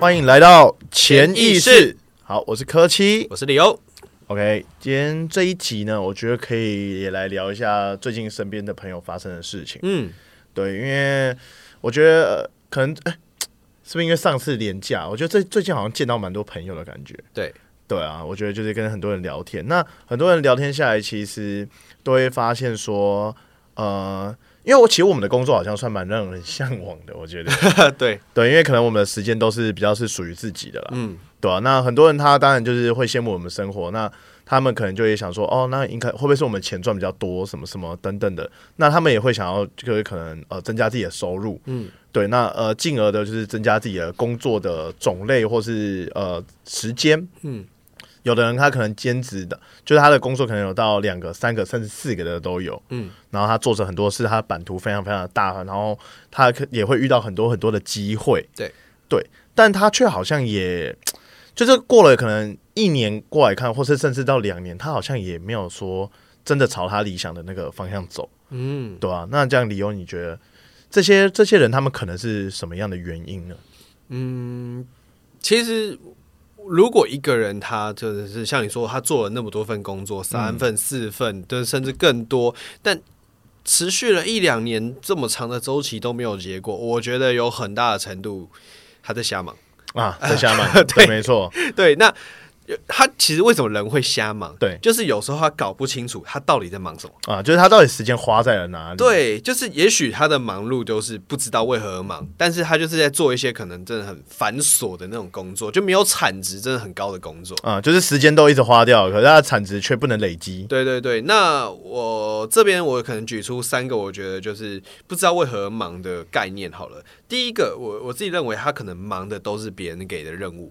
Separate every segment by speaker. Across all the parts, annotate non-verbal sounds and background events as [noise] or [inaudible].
Speaker 1: 欢迎来到潜
Speaker 2: 潜
Speaker 1: 意
Speaker 2: 意
Speaker 1: 识
Speaker 2: 识。
Speaker 1: 好，我是柯七。
Speaker 2: 我是李欧，
Speaker 1: OK，今天这一集呢，我觉得可以也来聊一下最近身边的朋友发生的事情。
Speaker 2: 嗯，
Speaker 1: 对，因为我觉得、呃可能、哎是不是因为上次连假，我觉得最最近好像见到蛮多朋友的感觉。
Speaker 2: 对，
Speaker 1: 对啊，我觉得就是跟很多人聊天，那很多人聊天下来，其实都会发现说，呃，因为我其实我们的工作好像算蛮让人向往的，我觉得。
Speaker 2: 对，
Speaker 1: 对，因为可能我们的时间都是比较是属于自己的啦，
Speaker 2: 嗯，
Speaker 1: 对啊，那很多人他当然就是会羡慕我们生活，那他们可能就也想说，哦，那应该会不会是我们钱赚比较多，什么什么等等的，那他们也会想要就是可能呃增加自己的收入，
Speaker 2: 嗯，
Speaker 1: 对，那呃进而的就是增加自己的工作的种类或是呃时间，
Speaker 2: 嗯。
Speaker 1: 有的人他可能兼职的，就是他的工作可能有到两个、三个甚至四个的都有，
Speaker 2: 嗯，
Speaker 1: 然后他做着很多事，他的版图非常非常的大，然后他可也会遇到很多很多的机会，
Speaker 2: 对
Speaker 1: 对，但他却好像也就是过了可能一年过来看，或是甚至到两年，他好像也没有说真的朝他理想的那个方向走，
Speaker 2: 嗯，
Speaker 1: 对啊，那这样理由你觉得这些这些人他们可能是什么样的原因呢？
Speaker 2: 其实如果一个人他真的是像你说，他做了那么多份工作，三份、四份，对，甚至更多，但持续了一两年这么长的周期都没有结果，我觉得有很大的程度他在瞎忙。 [laughs]
Speaker 1: 啊，在瞎忙，对，没错，
Speaker 2: 对，那呃他其实为什么人会瞎忙？
Speaker 1: 对
Speaker 2: 就是有时候他搞不清楚他到底在忙什么。
Speaker 1: 啊，就是他到底时间花在了哪里？
Speaker 2: 对，就是也许他的忙碌就是不知道为何而忙，但是他就是在做一些可能真的很繁琐的那种工作，就没有产值真的很高的工作。
Speaker 1: 啊、就是时间都一直花掉，可是它的产值却不能累积。
Speaker 2: 对对对，那我这边我可能举出三个我觉得就是不知道为何而忙的概念好了。第一个，我我自己认为他可能忙的都是别人给的任务。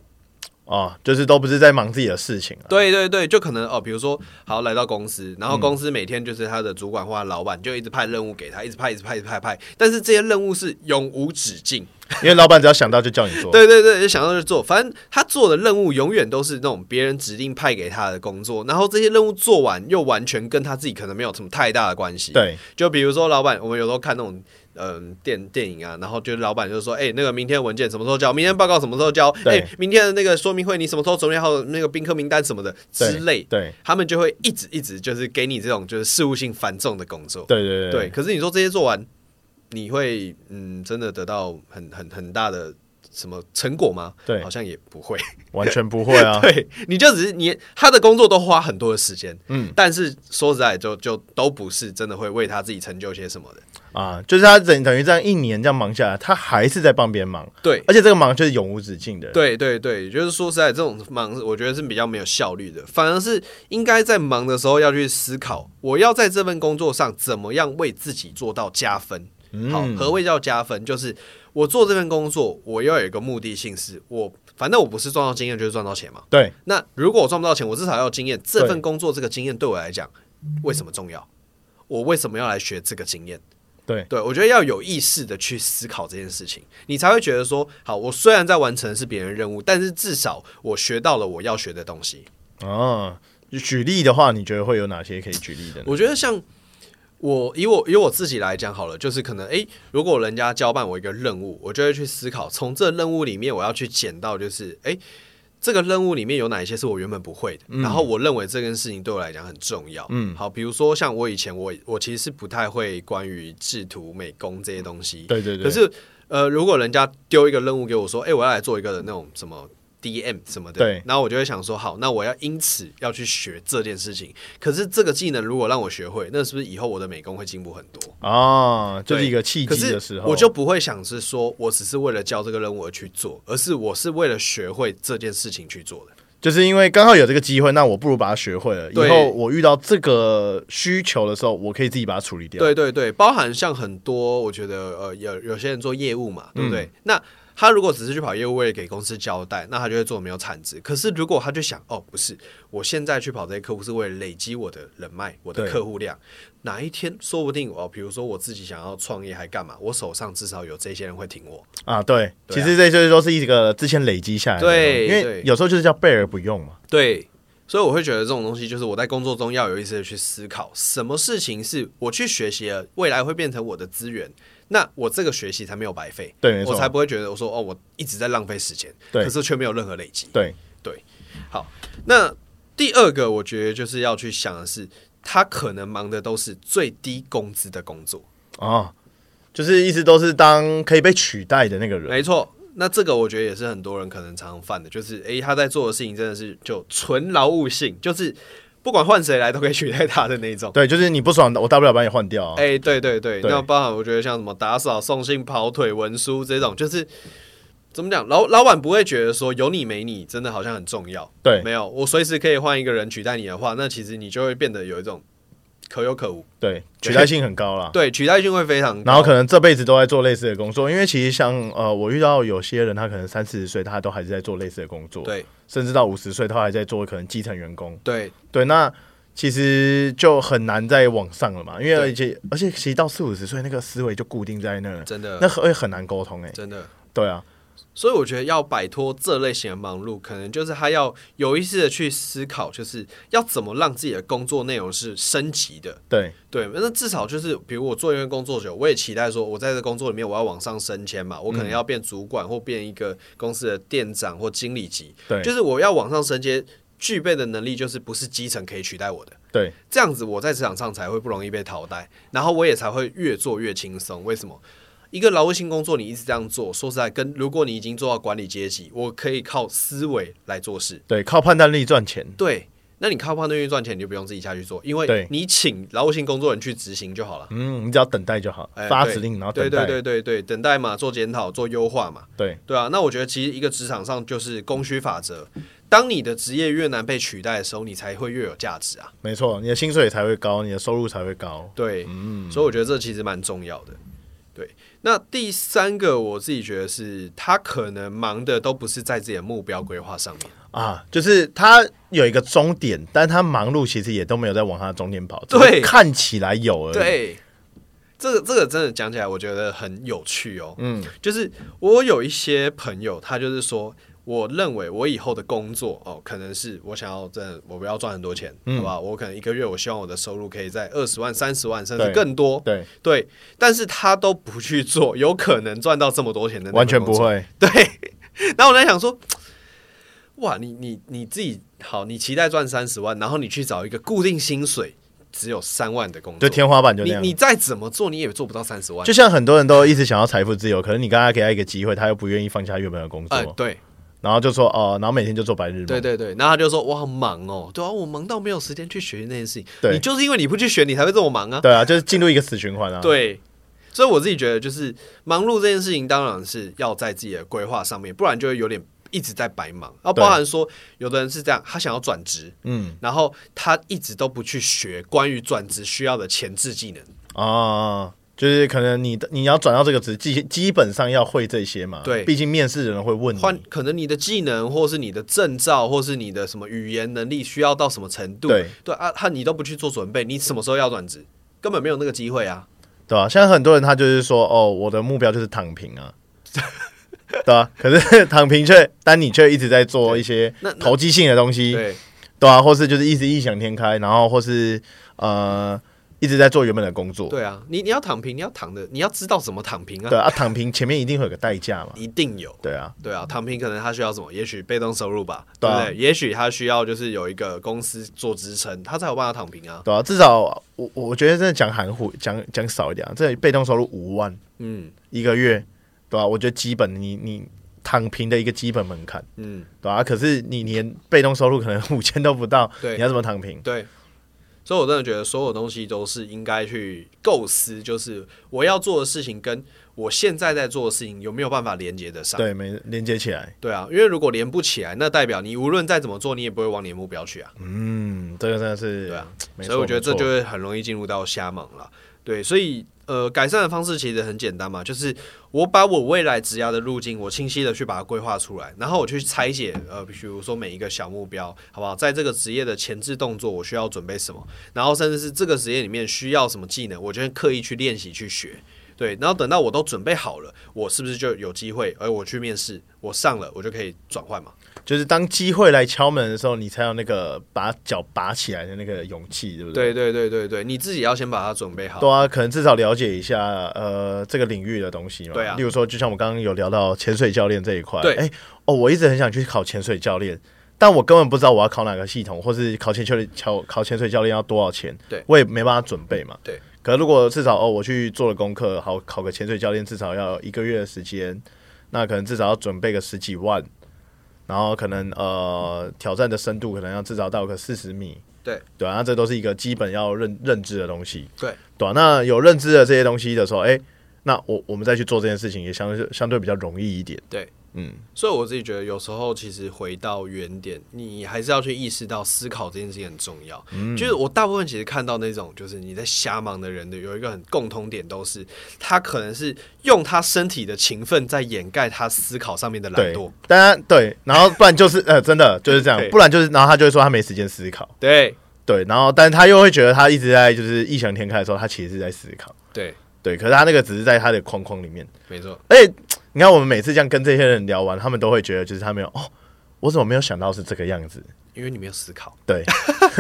Speaker 1: 哦，就是都不是在忙自己的事情、啊。
Speaker 2: 对对对，就可能哦，比如说，好来到公司，然后公司每天就是他的主管或他老板就一直派任务给他，一直派，一直派，一直派派，但是这些任务是永无止境。
Speaker 1: 因为老板只要想到就叫你做。
Speaker 2: 对对对，就想到就做，反正他做的任务永远都是那种别人指定派给他的工作，然后这些任务做完又完全跟他自己可能没有什么太大的关系。，
Speaker 1: 对
Speaker 2: 就比如说老板，我们有时候看那种。嗯，电电影啊，然后就老板就说，哎、那个明天文件什么时候交？明天报告什么时候交？哎、
Speaker 1: 对
Speaker 2: 明天的那个说明会你什么时候准备好那个宾客名单什么的之类，
Speaker 1: 对
Speaker 2: 他们就会一直一直就是给你这种就是事务性繁重的工作。
Speaker 1: 对对
Speaker 2: 对，可是你说这些做完，你会嗯真的得到很很很大的什么成果吗？
Speaker 1: 对
Speaker 2: 好像也不会。
Speaker 1: 完全不会啊。
Speaker 2: [laughs] 对，你就只是你他的工作都花很多的时间，
Speaker 1: 嗯
Speaker 2: 但是说实在就，就都不是真的会为他自己成就些什么的。
Speaker 1: 啊，就是他等等于这样一年这样忙下来，他还是在帮别人忙，
Speaker 2: 对。
Speaker 1: 而且这个忙就是永无止境的。
Speaker 2: 对对对，就是说实在，这种忙我觉得是比较没有效率的，反而是应该在忙的时候要去思考，我要在这份工作上怎么样为自己做到加分。好，
Speaker 1: 嗯，
Speaker 2: 何谓叫加分？就是我做这份工作，我要有一个目的性是，我反正我不是赚到经验就是赚到钱嘛。
Speaker 1: 对
Speaker 2: 那如果我赚不到钱，我至少要有经验。这份工作这个经验对我来讲为什么重要？我为什么要来学这个经验？
Speaker 1: 对
Speaker 2: 对，我觉得要有意识的去思考这件事情，你才会觉得说，好，我虽然在完成的是别人任务，但是至少我学到了我要学的东西。
Speaker 1: 哦。举例的话，你觉得会有哪些可以举例的呢？
Speaker 2: 我觉得像我以我以我自己来讲好了，就是可能诶，如果人家交办我一个任务，我就会去思考，从这任务里面我要去捡到，就是诶，这个任务里面有哪一些是我原本不会的，
Speaker 1: 嗯
Speaker 2: 然后我认为这件事情对我来讲很重要。嗯，好，比如说像我以前我我其实是不太会关于制图、美工这些东西，
Speaker 1: 对对对，
Speaker 2: 可是呃，如果人家丢一个任务给我说，哎、我要来做一个那种什么 DM 什么的，
Speaker 1: 对
Speaker 2: 然后我就会想说，好，那我要因此要去学这件事情。可是这个技能如果让我学会，那是不是以后我的美工会进步很多？
Speaker 1: 啊，就是
Speaker 2: 对
Speaker 1: 一个契
Speaker 2: 可
Speaker 1: 机的时
Speaker 2: 是
Speaker 1: 候，
Speaker 2: 我就不会想是说我只是为了教这个任务而去做，而是我是为了学会这件事情去做的。
Speaker 1: 就是因为刚好有这个机会，那我不如把它学会了，以
Speaker 2: 对
Speaker 1: 后我遇到这个需求的时候，我可以自己把它处理掉。
Speaker 2: 对对对，包含像很多，我觉得呃，有有些人做业务
Speaker 1: 嗯
Speaker 2: 嘛，对不对？那他如果只是去跑业务，为了给公司交代，那他就会做得没有产值。可是如果他就想，哦，不是，我现在去跑这些客户是为了累积我的人脉、我的
Speaker 1: 对
Speaker 2: 客户量，哪一天说不定哦，比如说我自己想要创业还干嘛，我手上至少有这些人会挺我。
Speaker 1: 啊，对，
Speaker 2: 对啊
Speaker 1: 其实这些都是一个之前累积下来的，
Speaker 2: 对
Speaker 1: 因为
Speaker 2: 对
Speaker 1: 有时候就是叫备而不用嘛，
Speaker 2: 对，所以我会觉得这种东西就是我在工作中要有意识的去思考，什么事情是我去学习了，未来会变成我的资源，那我这个学习才没有白费，
Speaker 1: 对，没
Speaker 2: 我才
Speaker 1: 错，
Speaker 2: 不会觉得我说哦，我一直在浪费时间，
Speaker 1: 对
Speaker 2: 可是却没有任何累积。
Speaker 1: 对，
Speaker 2: 好，那第二个我觉得就是要去想的是，他可能忙的都是最低工资的工作，
Speaker 1: 哦，就是一直都是当可以被取代的那个人，
Speaker 2: 没错。那这个我觉得也是很多人可能常常犯的，就是诶、他在做的事情真的是就纯劳务性，就是不管换谁来都可以取代他的那种。
Speaker 1: 对，就是你不爽，我大不了把你换掉啊，
Speaker 2: 哎、对对对，
Speaker 1: 对
Speaker 2: 那包含我觉得像什么打扫、送信、跑腿、文书这种，就是怎么讲，老老板不会觉得说有你没你真的好像很重要，
Speaker 1: 对
Speaker 2: 没有，我随时可以换一个人取代你的话，那其实你就会变得有一种可有可无，
Speaker 1: 对，取代性很高啦。
Speaker 2: 对，取代性会非常高，
Speaker 1: 啊然后可能这辈子都在做类似的工作，因为其实像呃，我遇到有些人，他可能三四十岁，他都还是在做类似的工作，
Speaker 2: 对
Speaker 1: 甚至到五十岁，他还在做可能基层员工。
Speaker 2: 对
Speaker 1: 对，那其实就很难再往上了嘛，因为
Speaker 2: 对
Speaker 1: 而且而且其实到四五十岁，那个思维就固定在那儿，
Speaker 2: 真的
Speaker 1: 那很会很难沟通哎、
Speaker 2: 真的。
Speaker 1: 对啊，
Speaker 2: 所以我觉得要摆脱这类型的忙碌，可能就是他要有意识的去思考，就是要怎么让自己的工作内容是升级的，
Speaker 1: 对
Speaker 2: 对，那至少就是，比如我做一份工作久，我也期待说，我在这工作里面我要往上升迁嘛，我可能
Speaker 1: 嗯
Speaker 2: 要变主管或变一个公司的店长或经理级，
Speaker 1: 对
Speaker 2: 就是我要往上升迁，具备的能力就是不是基层可以取代我的，
Speaker 1: 对
Speaker 2: 这样子我在职场上才会不容易被淘汰，然后我也才会越做越轻松。为什么？一个劳务性工作你一直这样做，说实在跟如果你已经做到管理阶级，我可以靠思维来做事，
Speaker 1: 对，靠判断力赚钱，
Speaker 2: 对，那你靠判断力赚钱，你就不用自己下去做，因为
Speaker 1: 对
Speaker 2: 你请劳务性工作人去执行就好了。
Speaker 1: 嗯，你只要等待就好，
Speaker 2: 哎
Speaker 1: 发
Speaker 2: 对
Speaker 1: 指令然后等
Speaker 2: 对
Speaker 1: 待，
Speaker 2: 对对对对，等待嘛，做检讨，做优化嘛，
Speaker 1: 对
Speaker 2: 对啊。那我觉得其实一个职场上就是供需法则，当你的职业越难被取代的时候，你才会越有价值啊。
Speaker 1: 没错，你的薪水才会高，你的收入才会高，
Speaker 2: 对，
Speaker 1: 嗯
Speaker 2: 所以我觉得这其实蛮重要的。对，那第三个我自己觉得是，他可能忙的都不是在自己的目标规划上面。
Speaker 1: 啊，就是他有一个终点，但他忙碌其实也都没有在往他的终点跑，只
Speaker 2: 对
Speaker 1: 是看起来有而已。
Speaker 2: 对，这个这个真的讲起来，我觉得很有趣哦。
Speaker 1: 嗯，
Speaker 2: 就是我有一些朋友，他就是说，我认为我以后的工作哦，可能是我想要真的，我不要赚很多钱，
Speaker 1: 嗯
Speaker 2: 好不好？我可能一个月，我希望我的收入可以在二十万、三十万，甚至
Speaker 1: 对
Speaker 2: 更多。
Speaker 1: 对，
Speaker 2: 对，但是他都不去做，有可能赚到这么多钱的那个
Speaker 1: 完全不
Speaker 2: 工作。
Speaker 1: 会。
Speaker 2: 对，然后我在想说，哇，你你你自己好，你期待赚三十万，然后你去找一个固定薪水只有三万的工
Speaker 1: 就
Speaker 2: 作，
Speaker 1: 天花板就那
Speaker 2: 你
Speaker 1: 样。
Speaker 2: 你再怎么做，你也做不到三十万。
Speaker 1: 就像很多人都一直想要财富自由，可是你刚刚给他一个机会，他又不愿意放下原本的工作，
Speaker 2: 哎、对，
Speaker 1: 然后就说哦、然后每天就做白日梦。
Speaker 2: 对对对，然后他就说我好忙哦，对啊，我忙到没有时间去学那件事情。
Speaker 1: 对
Speaker 2: 你就是因为你不去学，你才会这么忙啊。
Speaker 1: 对啊，就是进入一个死循环啊。
Speaker 2: 对，所以我自己觉得就是忙碌这件事情，当然是要在自己的规划上面，不然就会有点一直在白忙。然后
Speaker 1: 对
Speaker 2: 包含说，有的人是这样，他想要转职，
Speaker 1: 嗯
Speaker 2: 然后他一直都不去学关于转职需要的前置技能。
Speaker 1: 啊、就是可能你的你要转到这个职，基基本上要会这些嘛。
Speaker 2: 对
Speaker 1: 毕竟面试人会问你。
Speaker 2: 换可能你的技能，或是你的证照，或是你的什么语言能力，需要到什么程度？
Speaker 1: 对
Speaker 2: 啊，他你都不去做准备，你什么时候要转职？根本没有那个机会啊！
Speaker 1: 对吧、现在很多人他就是说，哦，我的目标就是躺平啊， [laughs] 对啊，可是躺平却，但你却一直在做一些
Speaker 2: 那那
Speaker 1: 投机性的东西，
Speaker 2: 对
Speaker 1: 对啊，或是就是一直异想天开，然后或是呃一直在做原本的工作，
Speaker 2: 对啊，你你要躺平，你要躺的，你要知道怎么躺平啊，
Speaker 1: 对啊，躺平前面一定会有个代价嘛，
Speaker 2: 一定有。
Speaker 1: 对啊，
Speaker 2: 对啊，躺平可能他需要什么？也许被动收入吧，
Speaker 1: 对啊
Speaker 2: 不对？也许他需要就是有一个公司做支撑，他才有办法躺平啊。
Speaker 1: 对啊，至少我我觉得真的讲含糊，讲讲少一点、啊，这被动收入五万
Speaker 2: 嗯
Speaker 1: 一个月，对啊吧、我觉得基本你你躺平的一个基本门槛，
Speaker 2: 嗯，
Speaker 1: 对吧、啊？可是你连被动收入可能五千都不到，
Speaker 2: 对
Speaker 1: 你要怎么躺平？
Speaker 2: 对。嗯所以我真的觉得所有东西都是应该去构思，就是我要做的事情跟我现在在做的事情有没有办法连接得上。
Speaker 1: 对，没连接起来。
Speaker 2: 对啊，因为如果连不起来，那代表你无论再怎么做，你也不会往你的目标去啊。
Speaker 1: 嗯，这个真的是
Speaker 2: 对啊，
Speaker 1: 没
Speaker 2: 所以我
Speaker 1: 错
Speaker 2: 觉得
Speaker 1: 没
Speaker 2: 这
Speaker 1: 错
Speaker 2: 就会很容易进入到瞎忙了。对，所以呃，改善的方式其实很简单嘛，就是我把我未来职涯的路径，我清晰的去把它规划出来，然后我去拆解，呃，比如说每一个小目标，好不好？在这个职业的前置动作，我需要准备什么，然后甚至是这个职业里面需要什么技能，我就会刻意去练习去学。对，然后等到我都准备好了，我是不是就有机会？而哎我去面试，我上了，我就可以转换嘛？
Speaker 1: 就是当机会来敲门的时候，你才有那个把脚拔起来的那个勇气，对不对？
Speaker 2: 对对对对对，你自己要先把它准备好。
Speaker 1: 对啊，可能至少了解一下呃这个领域的东西嘛。
Speaker 2: 对啊
Speaker 1: 例如说，就像我刚刚有聊到潜水教练这一块，
Speaker 2: 对
Speaker 1: 哎、哦，我一直很想去考潜水教练，但我根本不知道我要考哪个系统，或是考潜水考考潜水教练要多少钱，
Speaker 2: 对
Speaker 1: 我也没办法准备嘛。
Speaker 2: 对，
Speaker 1: 可如果至少哦，我去做了功课，好考个潜水教练，至少要一个月的时间，那可能至少要准备个十几万。然后可能呃挑战的深度可能要至少到个四十米，
Speaker 2: 对
Speaker 1: 对啊，那这都是一个基本要认认知的东西，
Speaker 2: 对
Speaker 1: 对啊，那有认知的这些东西的时候，哎，那我我们再去做这件事情也相对相对比较容易一点，
Speaker 2: 对，
Speaker 1: 嗯，
Speaker 2: 所以我自己觉得，有时候其实回到原点，你还是要去意识到思考这件事情很重要。就是我大部分其实看到那种就是你在瞎忙的人的，有一个很共通点，都是他可能是用他身体的勤奋在掩盖他思考上面的懒
Speaker 1: 对
Speaker 2: 惰。，
Speaker 1: 当然对，然后不然就是 [laughs] 呃真的就是这样
Speaker 2: 对，
Speaker 1: 不然就是然后他就会说他没时间思考，
Speaker 2: 对
Speaker 1: 对，然后但是他又会觉得他一直在就是异想天开的时候，他其实是在思考，
Speaker 2: 对，
Speaker 1: 对，可是他那个只是在他的框框里面。
Speaker 2: 没错，
Speaker 1: 而且你看，我们每次这样跟这些人聊完，他们都会觉得就是他没有哦，我怎么没有想到是这个样子？
Speaker 2: 因为你没有思考。 [laughs]
Speaker 1: 对，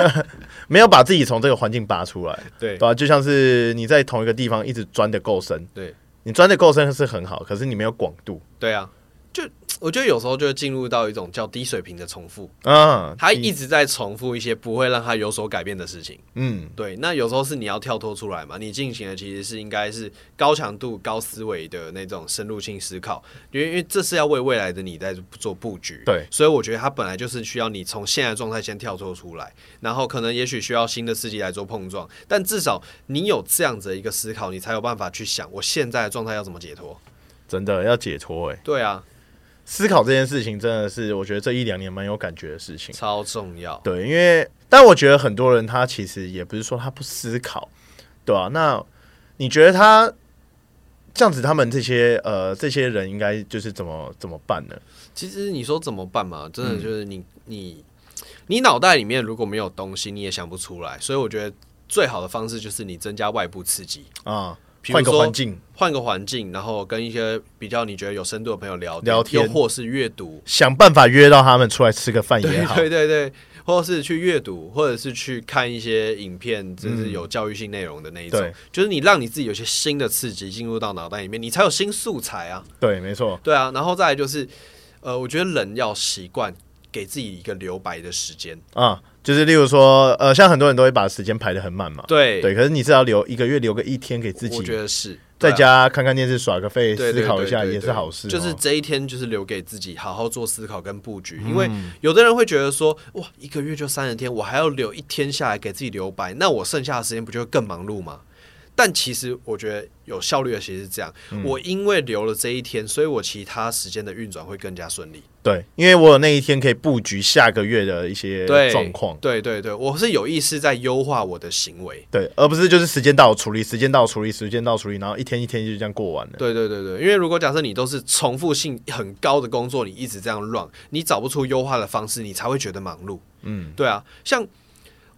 Speaker 1: [laughs] 没有把自己从这个环境拔出来，
Speaker 2: 对
Speaker 1: 对吧、就像是你在同一个地方一直钻的够深，
Speaker 2: 对
Speaker 1: 你钻的够深是很好，可是你没有广度，
Speaker 2: 对啊，就我觉得有时候就会进入到一种叫低水平的重复，
Speaker 1: 嗯，
Speaker 2: 他一直在重复一些不会让他有所改变的事情。
Speaker 1: 嗯，
Speaker 2: 对，那有时候是你要跳脱出来嘛，你进行的其实是应该是高强度、高思维的那种深入性思考，因为因为这是要为未来的你在做布局。
Speaker 1: 对，
Speaker 2: 所以我觉得它本来就是需要你从现在的状态先跳脱出来，然后可能也许需要新的刺激来做碰撞，但至少你有这样子的一个思考，你才有办法去想我现在的状态要怎么解脱。
Speaker 1: 真的要解脱哎、
Speaker 2: 对啊，
Speaker 1: 思考这件事情真的是我觉得这一两年蛮有感觉的事情。
Speaker 2: 超重要。
Speaker 1: 对，因为但我觉得很多人他其实也不是说他不思考，对啊，那你觉得他这样子，他们这些呃这些人应该就是怎么怎么办呢？
Speaker 2: 其实你说怎么办嘛，真的
Speaker 1: 嗯
Speaker 2: 就是你、你你脑袋里面如果没有东西，你也想不出来。所以我觉得最好的方式就是你增加外部刺激，
Speaker 1: 啊，
Speaker 2: 比如
Speaker 1: 换个
Speaker 2: 说
Speaker 1: 环境，
Speaker 2: 换个环境，然后跟一些比较你觉得有深度的朋友聊
Speaker 1: 聊天
Speaker 2: 又或是阅读，
Speaker 1: 想办法约到他们出来吃个饭也
Speaker 2: 对
Speaker 1: 好，
Speaker 2: 对对对，或者是去阅读，或者是去看一些影片，就是有教育性内容的那一种，
Speaker 1: 嗯对
Speaker 2: 就是你让你自己有些新的刺激进入到脑袋里面，你才有新素材啊。
Speaker 1: 对，没错，
Speaker 2: 对啊，然后再来就是，呃，我觉得人要习惯给自己一个留白的时间。
Speaker 1: 啊，就是例如说，呃，像很多人都会把时间排的很满嘛，
Speaker 2: 对，
Speaker 1: 可是你至少留一个月留个一天给自
Speaker 2: 我
Speaker 1: 己，
Speaker 2: 觉得是啊
Speaker 1: 在家看看电视耍个废，
Speaker 2: 对啊对
Speaker 1: 思
Speaker 2: 对
Speaker 1: 考
Speaker 2: 对
Speaker 1: 一下
Speaker 2: 对
Speaker 1: 也
Speaker 2: 对
Speaker 1: 是好事哦，
Speaker 2: 就是这一天就是留给自己好好做思考跟布局，因为
Speaker 1: 嗯
Speaker 2: 有的人会觉得说，哇，一个月就三十天，我还要留一天下来给自己留白，那我剩下的时间不就会更忙碌吗？但其实我觉得有效率的其实是这样，
Speaker 1: 嗯
Speaker 2: 我因为留了这一天，所以我其他时间的运转会更加顺利。
Speaker 1: 对，因为我有那一天可以布局下个月的一些
Speaker 2: 对，
Speaker 1: 状况。
Speaker 2: 对对对，我是有意识在优化我的行为。
Speaker 1: 对，而不是就是时间到我处理，时间到我处理，时间到我处理，然后一天一天就这样过完了。
Speaker 2: 对对对对，因为如果假设你都是重复性很高的工作，你一直这样乱，你找不出优化的方式，你才会觉得忙碌。
Speaker 1: 嗯，
Speaker 2: 对啊，像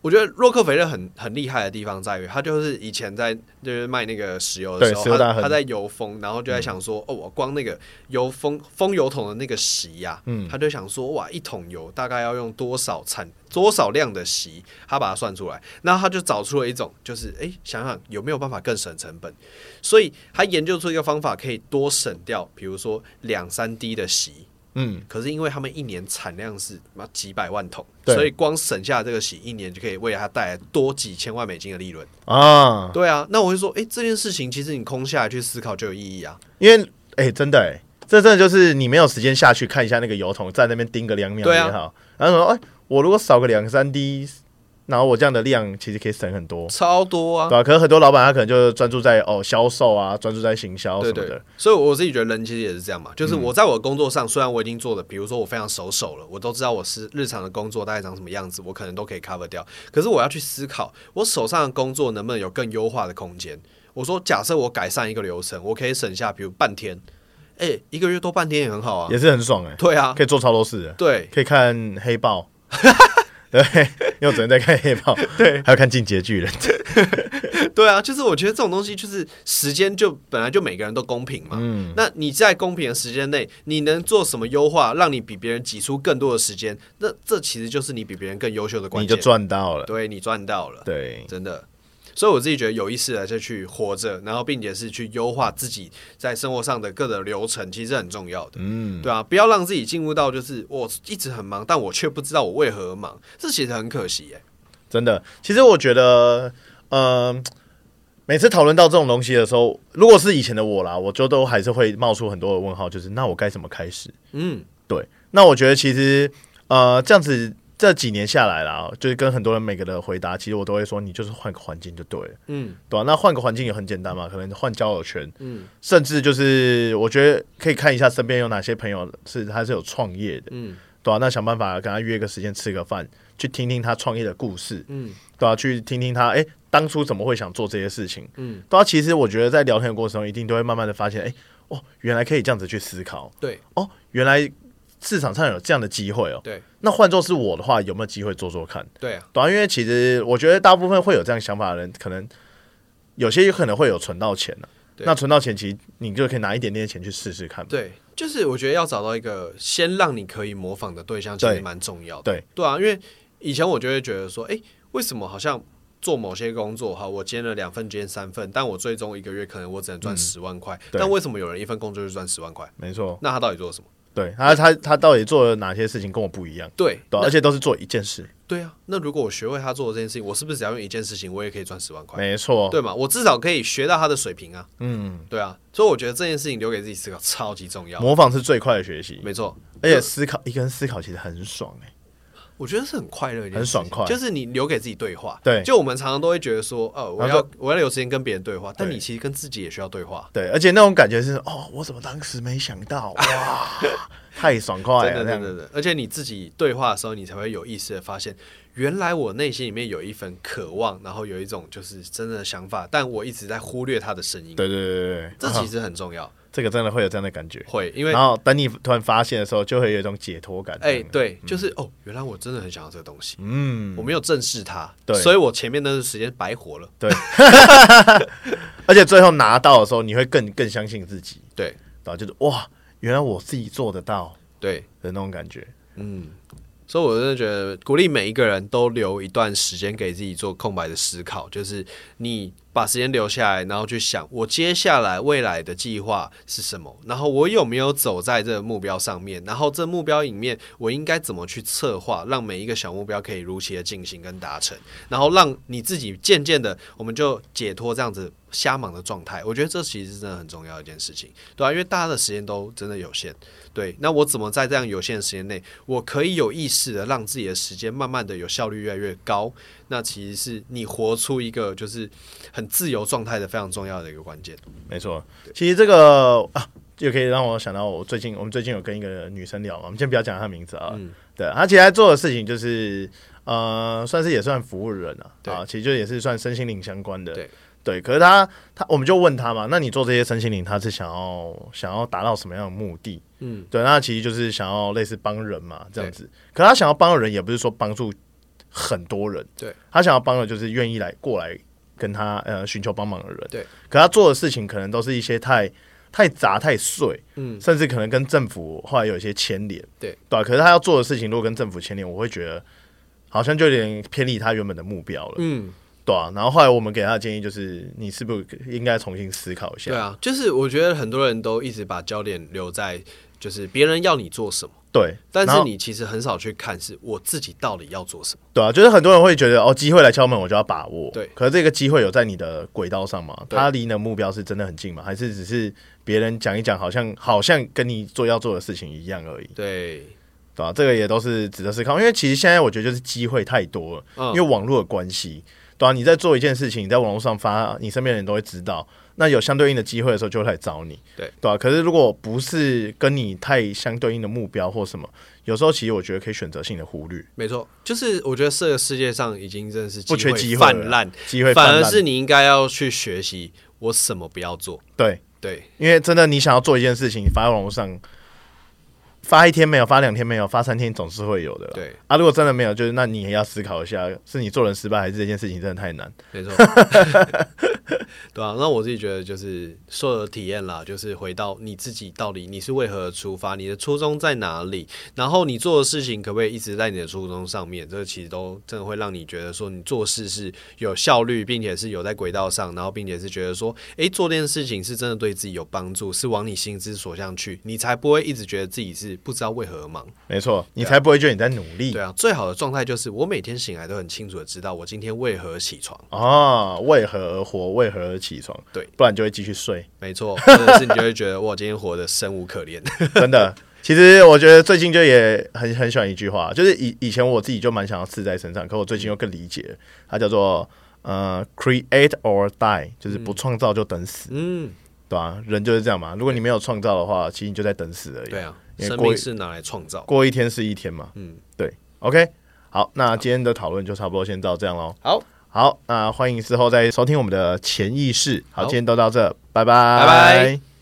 Speaker 2: 我觉得洛克菲勒很很厉害的地方在于，他就是以前在就是卖那个石油的时候，
Speaker 1: 对石油大
Speaker 2: 他
Speaker 1: 亨嗯
Speaker 2: 他在油封，然后就在想说，哦，我光那个油封封油桶的那个席呀、
Speaker 1: 嗯
Speaker 2: 他就想说，哇，一桶油大概要用多少产多少量的席，他把它算出来，那他就找出了一种，就是哎、诶想想有没有办法更省成本，所以他研究出一个方法，可以多省掉，比如说两三滴的席，
Speaker 1: 嗯，
Speaker 2: 可是因为他们一年产量是妈几百万桶，
Speaker 1: 对
Speaker 2: 所以光省下这个洗一年就可以为他带来多几千万美金的利润。
Speaker 1: 啊，
Speaker 2: 对啊，那我会说，哎、这件事情其实你空下来去思考就有意义啊。
Speaker 1: 因为哎、真的哎、这真的就是你没有时间下去看一下那个油桶，在那边盯个两秒
Speaker 2: 对
Speaker 1: 也
Speaker 2: 啊
Speaker 1: 好，然后说哎、我如果少个两三滴，然后我这样的量其实可以省很多，
Speaker 2: 超多啊
Speaker 1: 对。吧、可是很多老板他可能就专注在哦销售啊，专注在行销什
Speaker 2: 对
Speaker 1: 么的，嗯
Speaker 2: 对，所以我自己觉得人其实也是这样嘛，就是我在我的工作上，虽然我已经做的，比如说我非常熟手了，我都知道我是日常的工作大概长什么样子，我可能都可以 cover 掉。可是我要去思考，我手上的工作能不能有更优化的空间？我说，假设我改善一个流程，我可以省下比如半天，哎、一个月多半天也很好啊。
Speaker 1: 也是很爽哎、
Speaker 2: 对啊，
Speaker 1: 可以做超多事的，
Speaker 2: [laughs] 对
Speaker 1: 可以看黑豹，对，因为我昨天在看黑豹，对，还有看《进阶巨人》，
Speaker 2: [laughs] 对啊，就是我觉得这种东西就是时间就本来就每个人都公平嘛。嗯，那你在公平的时间内，你能做什么优化，让你比别人挤出更多的时间？那这其实就是你比别人更优秀的关
Speaker 1: 你就
Speaker 2: 键。
Speaker 1: 赚到了。
Speaker 2: 对你赚到了，
Speaker 1: 对，
Speaker 2: 真的。所以我自己觉得有意识的再去活着，然后并且是去优化自己在生活上的各种流程，其实很重要的。嗯，对啊，不要让自己进入到就是我一直很忙，但我却不知道我为何而忙，这其实很可惜耶。
Speaker 1: 真的。其实我觉得，嗯、每次讨论到这种东西的时候，如果是以前的我啦，我就都还是会冒出很多的问号，就是那我该怎么开始？
Speaker 2: 嗯，
Speaker 1: 对，那我觉得其实呃，这样子这几年下来啦，就是跟很多人每个的回答，其实我都会说，你就是换个环境就对了，
Speaker 2: 嗯，
Speaker 1: 对吧、啊那换个环境也很简单嘛，可能换交友圈，
Speaker 2: 嗯，
Speaker 1: 甚至就是我觉得可以看一下身边有哪些朋友是他是有创业的，
Speaker 2: 嗯，
Speaker 1: 对啊吧、那想办法跟他约个时间吃个饭，去听听他创业的故事，
Speaker 2: 嗯，
Speaker 1: 对吧、去听听他哎、诶当初怎么会想做这些事情，
Speaker 2: 嗯，
Speaker 1: 对啊，其实我觉得在聊天的过程中，一定都会慢慢的发现，哎、哦，原来可以这样子去思考，
Speaker 2: 对，
Speaker 1: 哦，原来市场上有这样的机会哦。
Speaker 2: 对，
Speaker 1: 那换作是我的话，有没有机会做做看？
Speaker 2: 对啊，
Speaker 1: 对啊，因为其实我觉得大部分会有这样想法的人，可能有些有可能会有存到钱了、啊
Speaker 2: 对
Speaker 1: 那存到钱，其实你就可以拿一点点钱去试试看嘛。
Speaker 2: 对，就是我觉得要找到一个先让你可以模仿的对象，其实
Speaker 1: 对
Speaker 2: 蛮重要的。
Speaker 1: 对，嗯
Speaker 2: 对啊，因为以前我就会觉得说，哎、为什么好像做某些工作，哈，我兼了两份，兼三份，但我最终一个月可能我只能赚十万块、
Speaker 1: 对
Speaker 2: 但为什么有人一份工作就赚十万块？
Speaker 1: 没错，
Speaker 2: 那他到底做了什么？
Speaker 1: 对他他他到底做了哪些事情跟我不一样？
Speaker 2: 对，
Speaker 1: 对啊、而且都是做一件事。
Speaker 2: 对啊。那如果我学会他做的这件事情，我是不是只要用一件事情，我也可以赚十万块？
Speaker 1: 没错，
Speaker 2: 对嘛？我至少可以学到他的水平啊。
Speaker 1: 嗯，
Speaker 2: 对啊，所以我觉得这件事情留给自己思考超级重要。
Speaker 1: 模仿是最快的学习，
Speaker 2: 啊没错，
Speaker 1: 而且思考一个人思考其实很爽哎、
Speaker 2: 我觉得是很快乐一件事情，
Speaker 1: 很爽快
Speaker 2: 就是你留给自己对话。
Speaker 1: 对
Speaker 2: 就我们常常都会觉得说，呃，我
Speaker 1: 然后
Speaker 2: 要我要有时间跟别人对话，但
Speaker 1: 对
Speaker 2: 你其实跟自己也需要对话。
Speaker 1: 对，而且那种感觉是哦，我怎么当时没想到哇，
Speaker 2: [laughs]
Speaker 1: 太爽快了，哦哎
Speaker 2: 真的，
Speaker 1: 这样
Speaker 2: 真的，真的而且你自己对话的时候，你才会有意识的发现，原来我内心里面有一份渴望，然后有一种就是真的想法，但我一直在忽略它的声音。
Speaker 1: 对对对对对，
Speaker 2: 这
Speaker 1: 啊
Speaker 2: 其实很重要，
Speaker 1: 这个真的会有这样的感觉。
Speaker 2: 会因为
Speaker 1: 然后等你突然发现的时候，就会有一种解脱感。
Speaker 2: 哎，对，就是哦，原来我真的很想要这个东西，
Speaker 1: 嗯，
Speaker 2: 我没有正视它，
Speaker 1: 对
Speaker 2: 所以我前面那段时间白活了。
Speaker 1: 而且最后拿到的时候，你会更更相信自己，
Speaker 2: 对，
Speaker 1: 然后就是哇，原来我自己做得到
Speaker 2: 对，
Speaker 1: 的那种感觉。
Speaker 2: 嗯，所以我真的觉得鼓励每一个人都留一段时间给自己做空白的思考，就是你把时间留下来，然后去想我接下来未来的计划是什么，然后我有没有走在这个目标上面，然后这目标里面我应该怎么去策划，让每一个小目标可以如期的进行跟达成，然后让你自己渐渐的我们就解脱这样子。瞎忙的状态，我觉得这其实是真的很重要的一件事情，对啊，因为大家的时间都真的有限，对，那我怎么在这样有限的时间内，我可以有意识的让自己的时间慢慢的有效率越来越高？那其实是你活出一个就是很自由状态的非常重要的一个关键。
Speaker 1: 没错，其实这个啊，就可以让我想到我最近，我们最近有跟一个女生聊嘛，我们先不要讲她名字啊。
Speaker 2: 嗯
Speaker 1: 对，她其实在做的事情就是，呃，算是也算服务人啊，
Speaker 2: 对
Speaker 1: 啊，其实就也是算身心灵相关的。
Speaker 2: 对，
Speaker 1: 对。可是她，她，我们就问她嘛，那你做这些身心灵，她是想要想要达到什么样的目的？
Speaker 2: 嗯，
Speaker 1: 对，那其实就是想要类似帮人嘛，这样子。可他想要帮的人，也不是说帮助很多人，
Speaker 2: 对
Speaker 1: 他想要帮的就是愿意来过来跟他呃寻求帮忙的人，
Speaker 2: 对。
Speaker 1: 可他做的事情可能都是一些太太杂太碎，
Speaker 2: 嗯，
Speaker 1: 甚至可能跟政府后来有一些牵连，
Speaker 2: 对
Speaker 1: 对、啊。可是他要做的事情，如果跟政府牵连，我会觉得好像就有点偏离他原本的目标了，
Speaker 2: 嗯，
Speaker 1: 对啊。然后后来我们给他的建议就是，你是不是应该重新思考一下？
Speaker 2: 对啊，就是我觉得很多人都一直把焦点留在就是别人要你做什么，
Speaker 1: 对，
Speaker 2: 但
Speaker 1: 然
Speaker 2: 是
Speaker 1: 后
Speaker 2: 你其实很少去看是我自己到底要做什么。
Speaker 1: 对啊，就是很多人会觉得哦，机会来敲门，我就要把握。
Speaker 2: 对
Speaker 1: 可是这个机会有在你的轨道上吗？
Speaker 2: 对
Speaker 1: 它离你的目标是真的很近吗？还是只是别人讲一讲，好像好像跟你做要做的事情一样而已，
Speaker 2: 对，
Speaker 1: 对吧、这个也都是值得思考，因为其实现在我觉得就是机会太多了，
Speaker 2: 嗯
Speaker 1: 因为网络的关系，对啊，你在做一件事情，你在网络上发，你身边的人都会知道。那有相对应的机会的时候，就会来找你，
Speaker 2: 对
Speaker 1: 对啊吧、可是如果不是跟你太相对应的目标或什么，有时候其实我觉得可以选择性的忽略，
Speaker 2: 没错，就是我觉得这个世界上已经真的是
Speaker 1: 不缺机
Speaker 2: 机
Speaker 1: 会
Speaker 2: 泛
Speaker 1: 了
Speaker 2: 滥，
Speaker 1: 机会泛
Speaker 2: 反而
Speaker 1: 滥
Speaker 2: 是你应该要去学习我什么不要做。
Speaker 1: 对。
Speaker 2: 对，
Speaker 1: 因为真的，你想要做一件事情，你发在网络上，发一天没有，发两天没有，发三天总是会 [laughs] 有的啦。
Speaker 2: 对，
Speaker 1: 啊，如果真的没有，就是那你也要思考一下，是你做人失败，还是这件事情真的太难？
Speaker 2: 没错，对啊。那我自己觉得就是所有的体验啦，就是回到你自己到底你是为何而出发，你的初衷在哪里，然后你做的事情可不可以一直在你的初衷上面，这其实都真的会让你觉得说你做事是有效率，并且是有在轨道上，然后并且是觉得说，诶，做这件事情是真的对自己有帮助，是往你心之所向去，你才不会一直觉得自己是不知道为何而忙。
Speaker 1: 没错，你才不会觉得你在努力
Speaker 2: 啊对啊，最好的状态就是我每天醒来都很清楚的知道我今天为何起床。
Speaker 1: 哦。为何而活？为何而起床？
Speaker 2: 对，
Speaker 1: 不然就会继续
Speaker 2: [laughs]
Speaker 1: 睡。
Speaker 2: 没错，真的是你就会觉得哇，今天活得生无可恋。
Speaker 1: 真的。其实我觉得最近就也很很喜欢一句话，就是以以前我自己就蛮想要刺在身上，可我最近又更理解，它叫做呃 create or die，就是不创造就等死，
Speaker 2: 嗯，
Speaker 1: 对吧、人就是这样嘛，如果你没有创造的话，其实你就在等死而已。
Speaker 2: 对啊，
Speaker 1: 因为
Speaker 2: 生
Speaker 1: 过
Speaker 2: 命
Speaker 1: 于
Speaker 2: 是拿来创造。
Speaker 1: 过一天是一天嘛。
Speaker 2: 嗯，
Speaker 1: 对。OK，好，那今天的讨论就差不多先到这样喽。
Speaker 2: 好，
Speaker 1: 好，那欢迎之后再收听我们的潜意识。好，
Speaker 2: 好
Speaker 1: 今天都到这，拜
Speaker 2: 拜拜